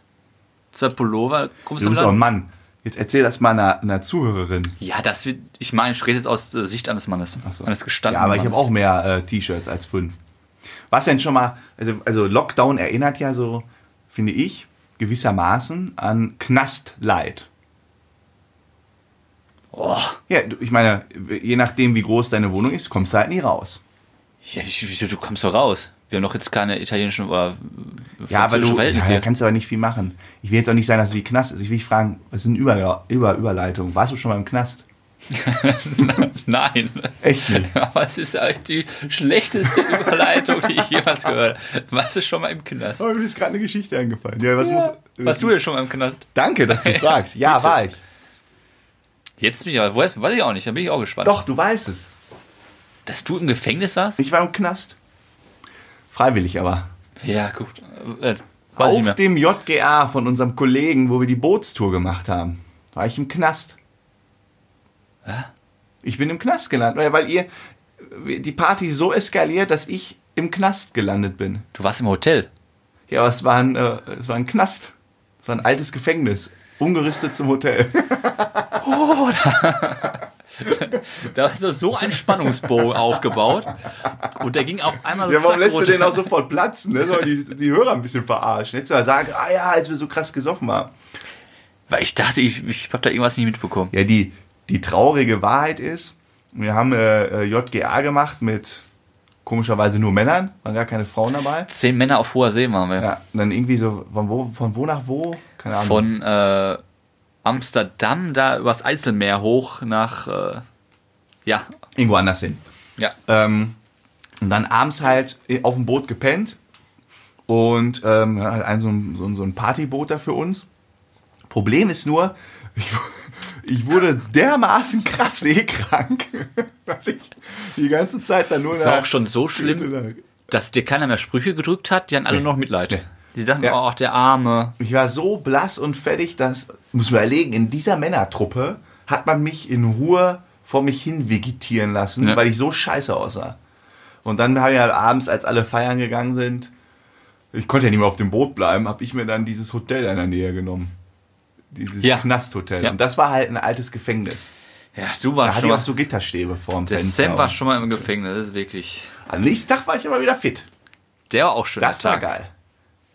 S2: zwei Pullover, kommst
S1: Du bist
S2: damit
S1: auch ein
S2: an?
S1: Mann. Jetzt erzähl das mal einer, einer Zuhörerin.
S2: Ja, das wird. Ich meine, ich rede jetzt aus der Sicht eines Mannes.
S1: So.
S2: Eines gestandenen
S1: Ja, aber ich habe
S2: Mannes.
S1: auch mehr äh, T-Shirts als fünf. Was denn schon mal, also, also Lockdown erinnert ja so, finde ich, gewissermaßen an Knastleid.
S2: Oh,
S1: Ja, du- ich meine, je nachdem, wie groß deine Wohnung ist, kommst du halt nie raus.
S2: ja, ich- wieso, du kommst doch raus. Wir haben doch jetzt keine italienischen oder
S1: Ja,
S2: äh,
S1: aber
S2: französischen
S1: du ja,
S2: Verhältnisse.
S1: da kannst du aber nicht viel machen. Ich will jetzt auch nicht sagen, dass es wie Knast ist. Ich will dich fragen, was ist eine Über Über Überleitung? Warst du schon mal im Knast?
S2: Nein.
S1: Echt nicht.
S2: Aber es ist eigentlich die schlechteste Überleitung, die ich jemals gehört habe. Warst du schon mal im Knast?
S1: Oh, mir ist gerade eine Geschichte eingefallen. Ja, was
S2: Ja. Warst du denn schon mal im Knast?
S1: Danke, dass du fragst. Ja,
S2: Bitte.
S1: war ich.
S2: Jetzt bin ich aber, weiß, weiß ich auch nicht, da bin ich auch gespannt.
S1: Doch, du weißt es.
S2: Dass du im Gefängnis warst?
S1: Ich war im Knast. Freiwillig aber.
S2: Ja, gut. Äh, weiß ich
S1: Auf
S2: nicht mehr.
S1: dem JGA von unserem Kollegen, wo wir die Bootstour gemacht haben, war ich im Knast. Ich bin im Knast gelandet, weil- weil ihr die Party so eskaliert, dass ich im Knast gelandet bin.
S2: Du warst im Hotel.
S1: Ja, aber es war ein, äh, es war ein Knast. Es war ein altes Gefängnis. Umgerüstet zum Hotel.
S2: Da ist doch so ein Spannungsbogen aufgebaut. Und der ging auf einmal so
S1: Ja, warum
S2: zack
S1: lässt du
S2: runter.
S1: den auch sofort platzen? Ne? Soll die, die Hörer ein bisschen verarschen. Hättest du ja sagen, ah ja, als wir so krass gesoffen haben.
S2: Weil ich dachte, ich, ich habe da irgendwas nicht mitbekommen.
S1: Ja, die, die traurige Wahrheit ist, wir haben äh, äh, JGA gemacht mit komischerweise nur Männern, waren gar keine Frauen dabei.
S2: Zehn Männer auf hoher See waren wir.
S1: Ja, und dann irgendwie so von wo, von wo nach wo? Keine Ahnung.
S2: Von äh, Amsterdam da übers Eiselmeer hoch nach. Äh, ja,
S1: irgendwo anders hin.
S2: ja.
S1: Ähm, und dann abends halt auf dem Boot gepennt und ähm, halt ein, so, ein, so ein- so ein Partyboot da für uns. Problem ist nur, ich, wu- ich wurde dermaßen krass seekrank, dass ich die ganze Zeit dann nur
S2: Das war auch schon so schlimm,
S1: schlimm.
S2: dass dir keiner mehr Sprüche gedrückt hat. Die hatten alle noch Mitleid.
S1: Nee.
S2: Die dachten,
S1: Ja.
S2: ach, der Arme.
S1: Ich war so blass und fertig, dass, muss man überlegen, in dieser Männertruppe hat man mich in Ruhe vor mich hin vegetieren lassen,
S2: Ja.
S1: weil ich so scheiße aussah. Und dann habe ich halt abends, als alle feiern gegangen sind, ich konnte ja nicht mehr auf dem Boot bleiben, habe ich mir dann dieses Hotel in der Nähe genommen. Dieses
S2: Ja.
S1: Knasthotel.
S2: Ja.
S1: Und das war halt ein altes Gefängnis.
S2: Ja, du
S1: Da
S2: warst
S1: hatte
S2: schon
S1: ich
S2: mal.
S1: auch so Gitterstäbe vorm
S2: der
S1: Fenster.
S2: Sam war schon mal im Gefängnis. Das ist wirklich.
S1: Am nächsten Tag war ich aber wieder fit.
S2: Der war auch schön.
S1: Das
S2: der
S1: war
S2: Tag.
S1: geil.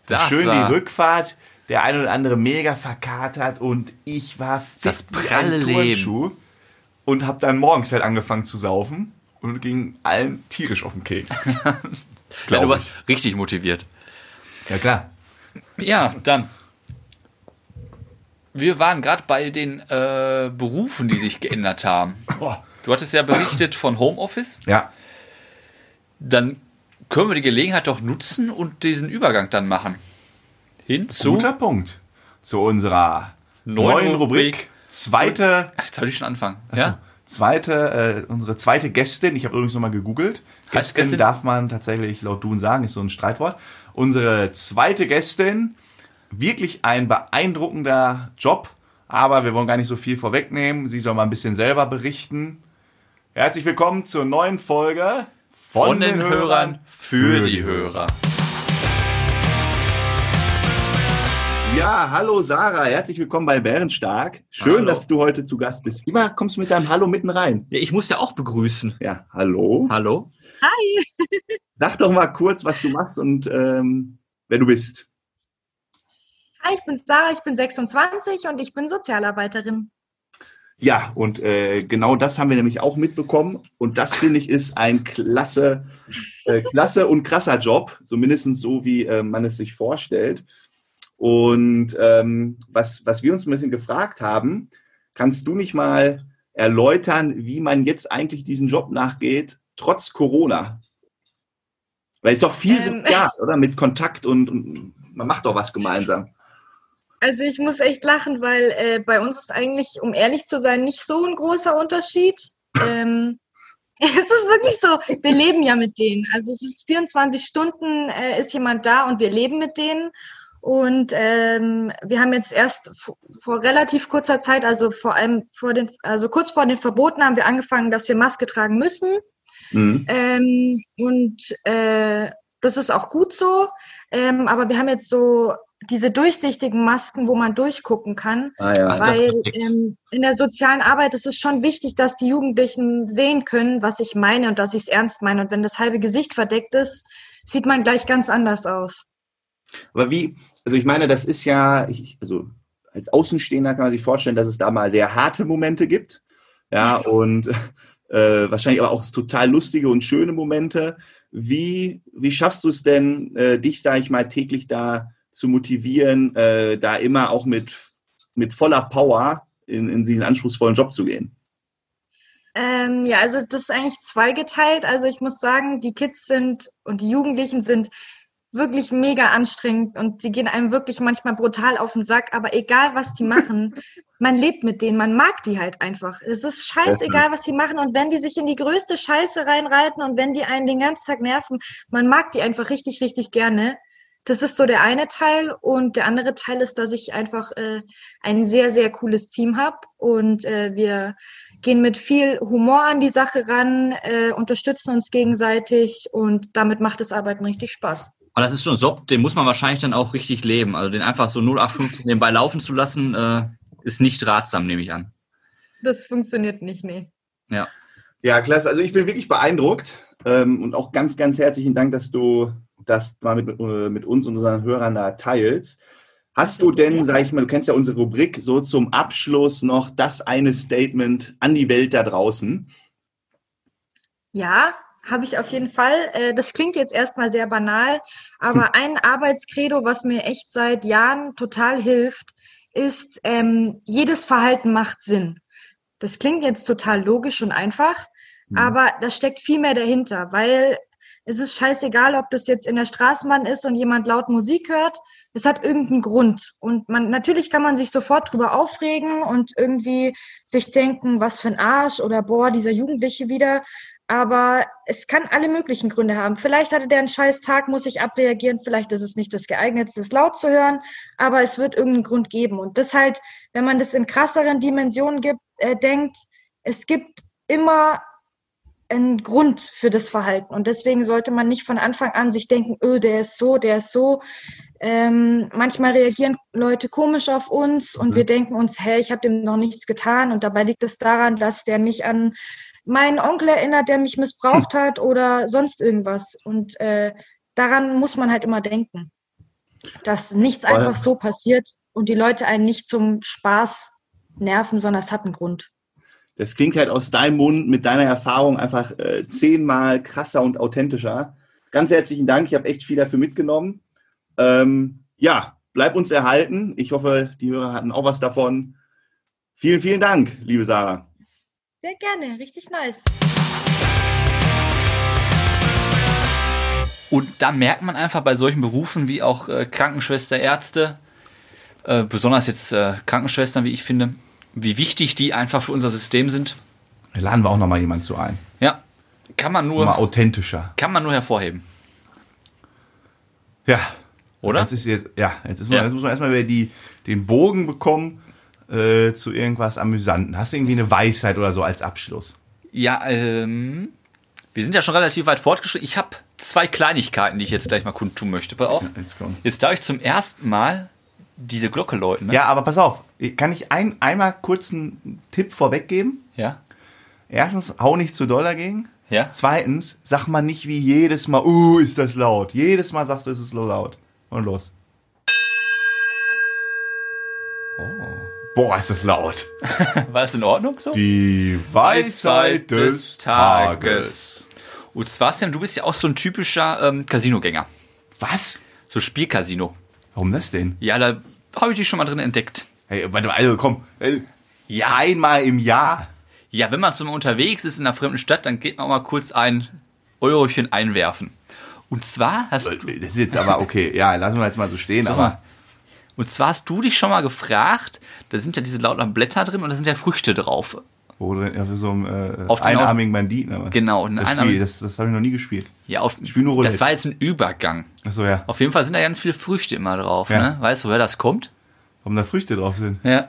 S2: Das
S1: Schön
S2: war
S1: die Rückfahrt, der ein oder andere mega verkatert und ich war fit
S2: Das
S1: wie ein
S2: pralle Leben.
S1: Turnschuh und habe dann morgens halt angefangen zu saufen und ging allen tierisch auf den Keks.
S2: ja, du
S1: Glaub
S2: warst richtig motiviert.
S1: ich. Ja klar.
S2: Ja, dann. Wir waren gerade bei den äh, Berufen, die sich geändert haben.
S1: Boah.
S2: Du hattest ja berichtet von Homeoffice.
S1: Ja.
S2: Dann können wir die Gelegenheit doch nutzen und diesen Übergang dann machen. Hinzu.
S1: Guter Punkt zu unserer
S2: Neuen
S1: neuen Rubrik.
S2: Rubrik.
S1: Zweite,
S2: Ach, Jetzt habe ich schon anfangen.
S1: ja?
S2: Ja?
S1: zweite, äh, unsere zweite Gästin. Ich habe übrigens nochmal gegoogelt.
S2: Heißt
S1: Gästin,
S2: Gästin-
S1: darf man tatsächlich laut Dun sagen, ist so ein Streitwort. Unsere zweite Gästin, wirklich ein beeindruckender Job, aber wir wollen gar nicht so viel vorwegnehmen. Sie soll mal ein bisschen selber berichten. Herzlich willkommen zur neuen Folge von,
S2: Von den Hörern für die Hörer.
S1: Ja, hallo Sarah, herzlich willkommen bei Bärenstark. Schön,
S2: Hallo.
S1: dass du heute zu Gast bist. Immer kommst du mit deinem Hallo mitten rein.
S2: Ja, ich muss ja auch begrüßen.
S1: Ja, hallo.
S2: Hallo?
S1: Sag doch mal kurz, was du machst und ähm, wer du bist.
S3: Hi, Ah, ich bin Sarah, ich bin 26 und ich bin Sozialarbeiterin.
S1: Ja, und äh, genau das haben wir nämlich auch mitbekommen. Und das finde ich ist ein klasse, äh, klasse und krasser Job, so mindestens so, wie äh, man es sich vorstellt. Und ähm, was, was wir uns ein bisschen gefragt haben, kannst du nicht mal erläutern, wie man jetzt eigentlich diesen Job nachgeht, trotz Corona? Weil es ist doch viel
S3: Ähm.
S1: sozial, oder? Mit Kontakt und, und man macht doch was gemeinsam.
S3: Also ich muss echt lachen, weil äh, bei uns ist eigentlich, um ehrlich zu sein, nicht so ein großer Unterschied. Ähm, es ist wirklich so, wir leben ja mit denen. Also es ist 24 Stunden äh, ist jemand da und wir leben mit denen. Und ähm, wir haben jetzt erst v- vor relativ kurzer Zeit, also vor allem vor den, also kurz vor den Verboten haben wir angefangen, dass wir Maske tragen müssen.
S1: Mhm.
S3: Ähm, und äh, das ist auch gut so. Ähm, aber wir haben jetzt so diese durchsichtigen Masken, wo man durchgucken kann.
S1: Ah ja.
S2: das
S3: Weil
S2: ist perfekt.
S3: ähm, in der sozialen Arbeit ist es schon wichtig, dass die Jugendlichen sehen können, was ich meine und dass ich es ernst meine. Und wenn das halbe Gesicht verdeckt ist, sieht man gleich ganz anders aus.
S1: Aber wie, also ich meine, das ist ja, ich, ich- also als Außenstehender kann man sich vorstellen, dass es da mal sehr harte Momente gibt. Ja, und äh, wahrscheinlich aber auch total lustige und schöne Momente. Wie, wie schaffst du es denn, äh, dich, sag ich mal, täglich da zu motivieren, äh, da immer auch mit, mit voller Power in, in diesen anspruchsvollen Job zu gehen?
S3: Ähm, ja, also das ist eigentlich zweigeteilt. Also ich muss sagen, die Kids sind und die Jugendlichen sind wirklich mega anstrengend und sie gehen einem wirklich manchmal brutal auf den Sack. Aber egal, was die machen, man lebt mit denen, man mag die halt einfach. Es ist scheißegal, was sie machen. Und wenn die sich in die größte Scheiße reinreiten und wenn die einen den ganzen Tag nerven, man mag die einfach richtig, richtig gerne. Das ist so der eine Teil. Und der andere Teil ist, dass ich einfach äh, ein sehr, sehr cooles Team habe und äh, wir gehen mit viel Humor an die Sache ran, äh, unterstützen uns gegenseitig und damit macht das Arbeiten richtig Spaß.
S2: Aber das ist schon ein Job, den muss man wahrscheinlich dann auch richtig leben. Also den einfach so 0815 nebenbei laufen zu lassen, äh, ist nicht ratsam, nehme ich an.
S3: Das funktioniert nicht, nee.
S2: Ja.
S1: Ja, klasse. Also ich bin wirklich beeindruckt ähm, und auch ganz, ganz herzlichen Dank, dass du das mal mit, äh, mit uns und unseren Hörern da teilst. Hast du denn, sag ich mal, du kennst ja unsere Rubrik, so zum Abschluss noch das eine Statement an die Welt da draußen?
S3: Ja, habe ich auf jeden Fall. Äh, Das klingt jetzt erstmal sehr banal, aber ein Arbeitskredo, was mir echt seit Jahren total hilft, ist, ähm, jedes Verhalten macht Sinn. Das klingt jetzt total logisch und einfach,
S1: Mhm.
S3: aber da steckt viel mehr dahinter, weil es ist scheißegal, ob das jetzt in der Straßenbahn ist und jemand laut Musik hört. Es hat irgendeinen Grund. Und man, natürlich kann man sich sofort drüber aufregen und irgendwie sich denken, was für ein Arsch oder boah, dieser Jugendliche wieder. Aber es kann alle möglichen Gründe haben. Vielleicht hatte der einen scheiß Tag, muss ich abreagieren. Vielleicht ist es nicht das geeignetste, es laut zu hören. Aber es wird irgendeinen Grund geben. Und das halt, wenn man das in krasseren Dimensionen gibt, äh, denkt, es gibt immer einen Grund für das Verhalten. Und deswegen sollte man nicht von Anfang an sich denken, öh, der ist so, der ist so. Ähm, manchmal reagieren Leute komisch auf uns und
S1: Mhm.
S3: wir denken uns, hey, ich habe dem noch nichts getan. Und dabei liegt es daran, dass der mich an meinen Onkel erinnert, der mich missbraucht hat oder sonst irgendwas. Und äh, daran muss man halt immer denken, dass nichts
S1: Voll.
S3: einfach so passiert und die Leute einen nicht zum Spaß nerven, sondern es hat einen Grund.
S1: Das klingt halt aus deinem Mund mit deiner Erfahrung einfach äh, zehnmal krasser und authentischer. Ganz herzlichen Dank, ich habe echt viel dafür mitgenommen. Ähm, ja, bleib uns erhalten. Ich hoffe, die Hörer hatten auch was davon. Vielen, vielen Dank, liebe Sarah.
S3: Sehr gerne, richtig nice.
S2: Und da merkt man einfach bei solchen Berufen wie auch äh, Krankenschwester, Ärzte, äh, besonders jetzt äh, Krankenschwestern, wie ich finde, wie wichtig die einfach für unser System sind.
S1: Laden wir auch nochmal jemanden zu ein.
S2: Ja, kann man nur,
S1: authentischer.
S2: kann man nur hervorheben,
S1: Ja.
S2: oder?
S1: Das ist jetzt, ja, jetzt, ist man,
S2: Ja.
S1: jetzt muss man erstmal wieder die, den Bogen bekommen äh, zu irgendwas Amüsanten. Hast du irgendwie eine Weisheit oder so als Abschluss?
S2: Ja, ähm, wir sind ja schon relativ weit fortgeschritten. Ich habe zwei Kleinigkeiten, die ich jetzt gleich mal kundtun möchte. Pass auf.
S1: Jetzt kommt.
S2: Jetzt darf ich zum ersten Mal diese Glocke läuten. Ne?
S1: Ja, aber pass auf. Kann ich ein, einmal kurz einen Tipp vorweggeben?
S2: Ja.
S1: Erstens, hau nicht zu doll dagegen.
S2: Ja.
S1: Zweitens, sag mal nicht wie jedes Mal, uh, ist das laut. Jedes Mal sagst du, ist es so laut. Und los. Oh. Boah, ist das laut.
S2: War es in Ordnung so?
S1: Die Weisheit des Tages.
S2: Und Sebastian, du bist ja auch so ein typischer ähm, Casinogänger.
S1: Was?
S2: So Spielcasino.
S1: Warum das denn?
S2: Ja, da habe ich dich schon mal drin entdeckt.
S1: Hey, warte mal, also komm. Äh,
S2: Ja.
S1: Einmal im Jahr.
S2: Ja, wenn man so mal unterwegs ist in einer fremden Stadt, dann geht man auch mal kurz ein Eurochen einwerfen. Und zwar hast
S1: Das
S2: du.
S1: ist jetzt aber okay. Ja, lassen wir jetzt mal so stehen.
S2: Pass
S1: Aber
S2: mal. Und zwar hast du dich schon mal gefragt, da sind ja diese lauten Blätter drin und da sind ja Früchte drauf.
S1: wo drin? Ja, für so einen äh,
S2: Auf den
S1: einarmigen Banditen. Aber
S2: Genau, einen
S1: das Spiel,
S2: einarmigen-
S1: das, das habe ich noch nie gespielt.
S2: Ja, auf,
S1: Ich spiel nur Roulette.
S2: das war jetzt ein Übergang.
S1: Achso, ja.
S2: Auf jeden Fall sind da ganz viele Früchte immer drauf.
S1: Ja.
S2: Ne? Weißt du, woher das kommt?
S1: Warum da Früchte drauf sind?
S2: Ja.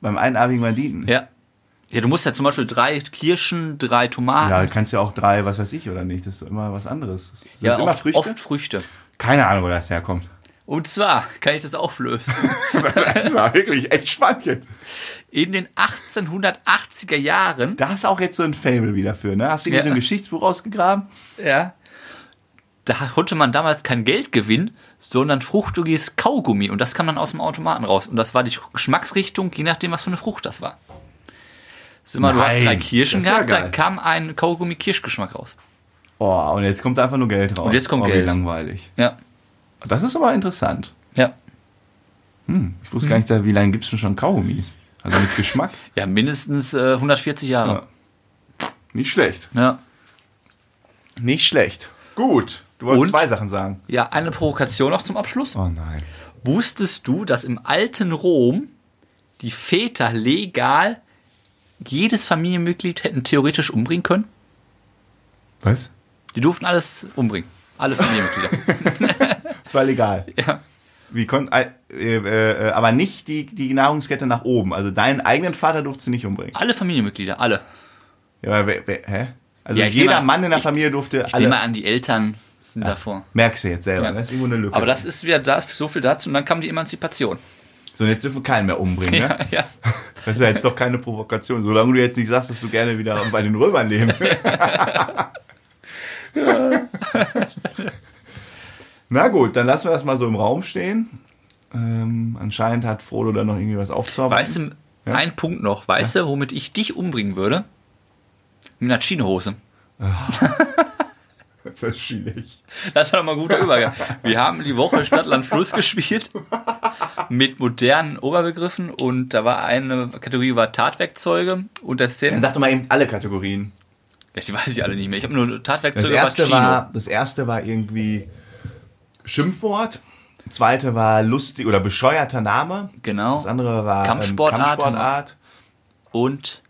S1: Beim einarmigen Banditen.
S2: Ja. Ja, du musst ja zum Beispiel drei Kirschen, drei Tomaten.
S1: Ja, du kannst ja auch drei, was weiß ich, oder nicht? Das ist immer was anderes. Sind
S2: Ja,
S1: das immer
S2: oft,
S1: Früchte?
S2: oft Früchte.
S1: Keine Ahnung, wo das herkommt.
S2: Und zwar kann ich das auflösen.
S1: das ist ja wirklich echt spannend jetzt.
S2: In den 1880er Jahren
S1: Da hast du auch jetzt so ein Fable wieder für, ne? Hast du irgendwie
S2: Ja.
S1: so ein Geschichtsbuch ausgegraben?
S2: Ja. Da konnte man damals kein Geld gewinnen, sondern fruchtiges Kaugummi. Und das kam dann aus dem Automaten raus. Und das war die Geschmacksrichtung, je nachdem, was für eine Frucht das war. Sag mal, du hast
S1: Nein,
S2: drei Kirschen
S1: das ist ja
S2: gehabt,
S1: geil.
S2: da kam ein Kaugummi-Kirschgeschmack raus.
S1: Oh, und jetzt kommt einfach nur Geld raus.
S2: Und jetzt kommt
S1: oh, Wie
S2: Geld.
S1: langweilig.
S2: Ja,
S1: Das ist aber interessant.
S2: ja.
S1: Ich wusste gar
S2: Hm.
S1: nicht, wie lange gibt es denn schon Kaugummis? Also mit Geschmack?
S2: Ja, mindestens äh, 140 Jahre.
S1: Nicht schlecht.
S2: Ja. ja.
S1: Nicht schlecht. Gut. Du wolltest
S2: Und?
S1: zwei Sachen sagen.
S2: eine Provokation noch zum Abschluss.
S1: Oh nein.
S2: Wusstest du, dass im alten Rom die Väter legal jedes Familienmitglied hätten theoretisch umbringen können?
S1: Was?
S2: Die durften alles umbringen. Alle Familienmitglieder.
S1: Das war legal.
S2: ja.
S1: Wie kon äh, äh, äh, aber nicht die, die Nahrungskette nach oben. Also deinen eigenen Vater durfte sie nicht umbringen.
S2: Alle Familienmitglieder, alle.
S1: Ja, aber wer, wer, hä? Also
S2: Ja, ich
S1: jeder
S2: nehme an-
S1: Mann in der
S2: ich-
S1: Familie durfte
S2: Alle. Nehmen wir
S1: alle.
S2: an, die Eltern, sind davor.
S1: Merkst du jetzt selber,
S2: Ja.
S1: ne? ist irgendwo eine Lücke.
S2: Aber das ist wieder da, so viel dazu und dann kam die Emanzipation.
S1: so, und jetzt dürfen wir keinen mehr umbringen, ne?
S2: Ja, ja.
S1: Das ist ja jetzt doch keine Provokation, solange du jetzt nicht sagst, dass du gerne wieder bei den Römern leben willst. Na gut, dann lassen wir das mal so im Raum stehen. Ähm, anscheinend hat Frodo dann noch irgendwie was aufzuarbeiten.
S2: Weißt du, ein Punkt noch. Weißt du, womit ich dich umbringen würde? Mit einer Chinohose.
S1: Das ist schwierig.
S2: Das war doch mal ein guter Übergang. Wir haben die Woche Stadtland Fluss gespielt mit modernen Oberbegriffen und da war eine Kategorie war Tatwerkzeuge und das
S1: Dann
S2: Szenen.
S1: sag doch mal eben alle Kategorien.
S2: Ja, die weiß ich alle nicht mehr. Ich habe nur
S1: Das
S2: Tatwerkzeuge
S1: erste,
S2: Chino.
S1: war, das erste war irgendwie Schimpfwort. Das zweite war lustig oder bescheuerter Name.
S2: genau
S1: Das andere war ähm,
S2: Kampfsportart.
S1: Kampfsportart.
S2: und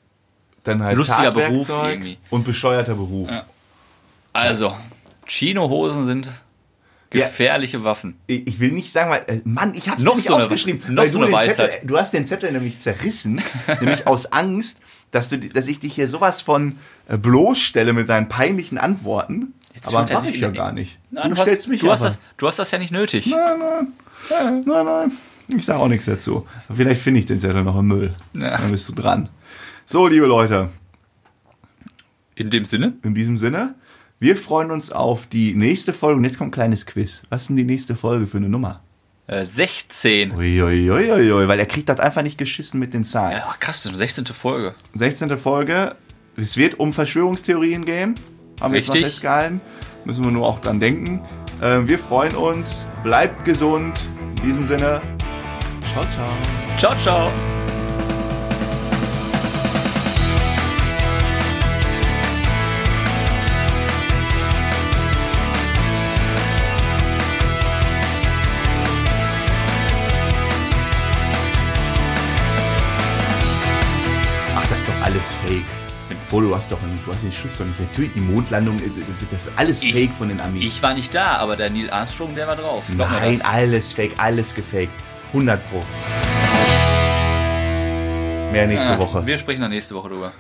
S1: Dann halt
S2: Lustiger Beruf
S1: Tatwerkzeug
S2: irgendwie.
S1: Und bescheuerter Beruf.
S2: Ja. also Chinohosen sind gefährliche Waffen.
S1: Ich ich will nicht sagen, weil, äh, Mann, ich hab's
S2: Noch
S1: nicht
S2: so eine-
S1: aufgeschrieben.
S2: noch
S1: weil
S2: so
S1: du,
S2: eine
S1: den Zettel,
S2: Weisheit.
S1: du hast den Zettel nämlich zerrissen, nämlich aus Angst, dass, du, dass ich dich hier sowas von äh, bloßstelle mit deinen peinlichen Antworten.
S2: Jetzt
S1: Aber
S2: fühlt er
S1: mach
S2: sich
S1: ich ja
S2: in-
S1: gar nicht.
S2: Nein,
S1: du stellst
S2: hast,
S1: mich
S2: du, hast
S1: einfach.
S2: das, du hast das ja nicht nötig.
S1: Nein, nein. Ich sage auch nichts dazu. Vielleicht finde ich den Zettel noch im Müll.
S2: Ja.
S1: Dann bist du dran. So, liebe Leute,
S2: In dem Sinne.
S1: in diesem Sinne, wir freuen uns auf die nächste Folge. Und jetzt kommt ein kleines Quiz. Was ist denn die nächste Folge für eine Nummer?
S2: Äh, 16.
S1: Uiuiuiui, weil er kriegt das einfach nicht geschissen mit den Zahlen.
S2: Ja, krass, das ist eine 16. Folge.
S1: 16. Folge. Es wird um Verschwörungstheorien gehen. Haben wir jetzt mal
S2: Richtig.
S1: festgehalten. Müssen wir nur auch dran denken. Ähm, wir freuen uns. Bleibt gesund. In diesem Sinne. Ciao, ciao.
S2: Ciao, ciao.
S1: Ach, das ist doch alles fake. Obwohl, du hast doch einen, du hast den Schuss doch nicht. Natürlich, die Mondlandung, äh, das ist alles
S2: Ich-
S1: fake von den Amis.
S2: Ich war nicht da, aber der Neil Armstrong, der war drauf. Glaub mir
S1: Nein,
S2: das.
S1: alles fake, alles gefaked. 100 Pro. Mehr nächste
S2: Ja,
S1: Woche.
S2: Wir sprechen dann nächste Woche drüber.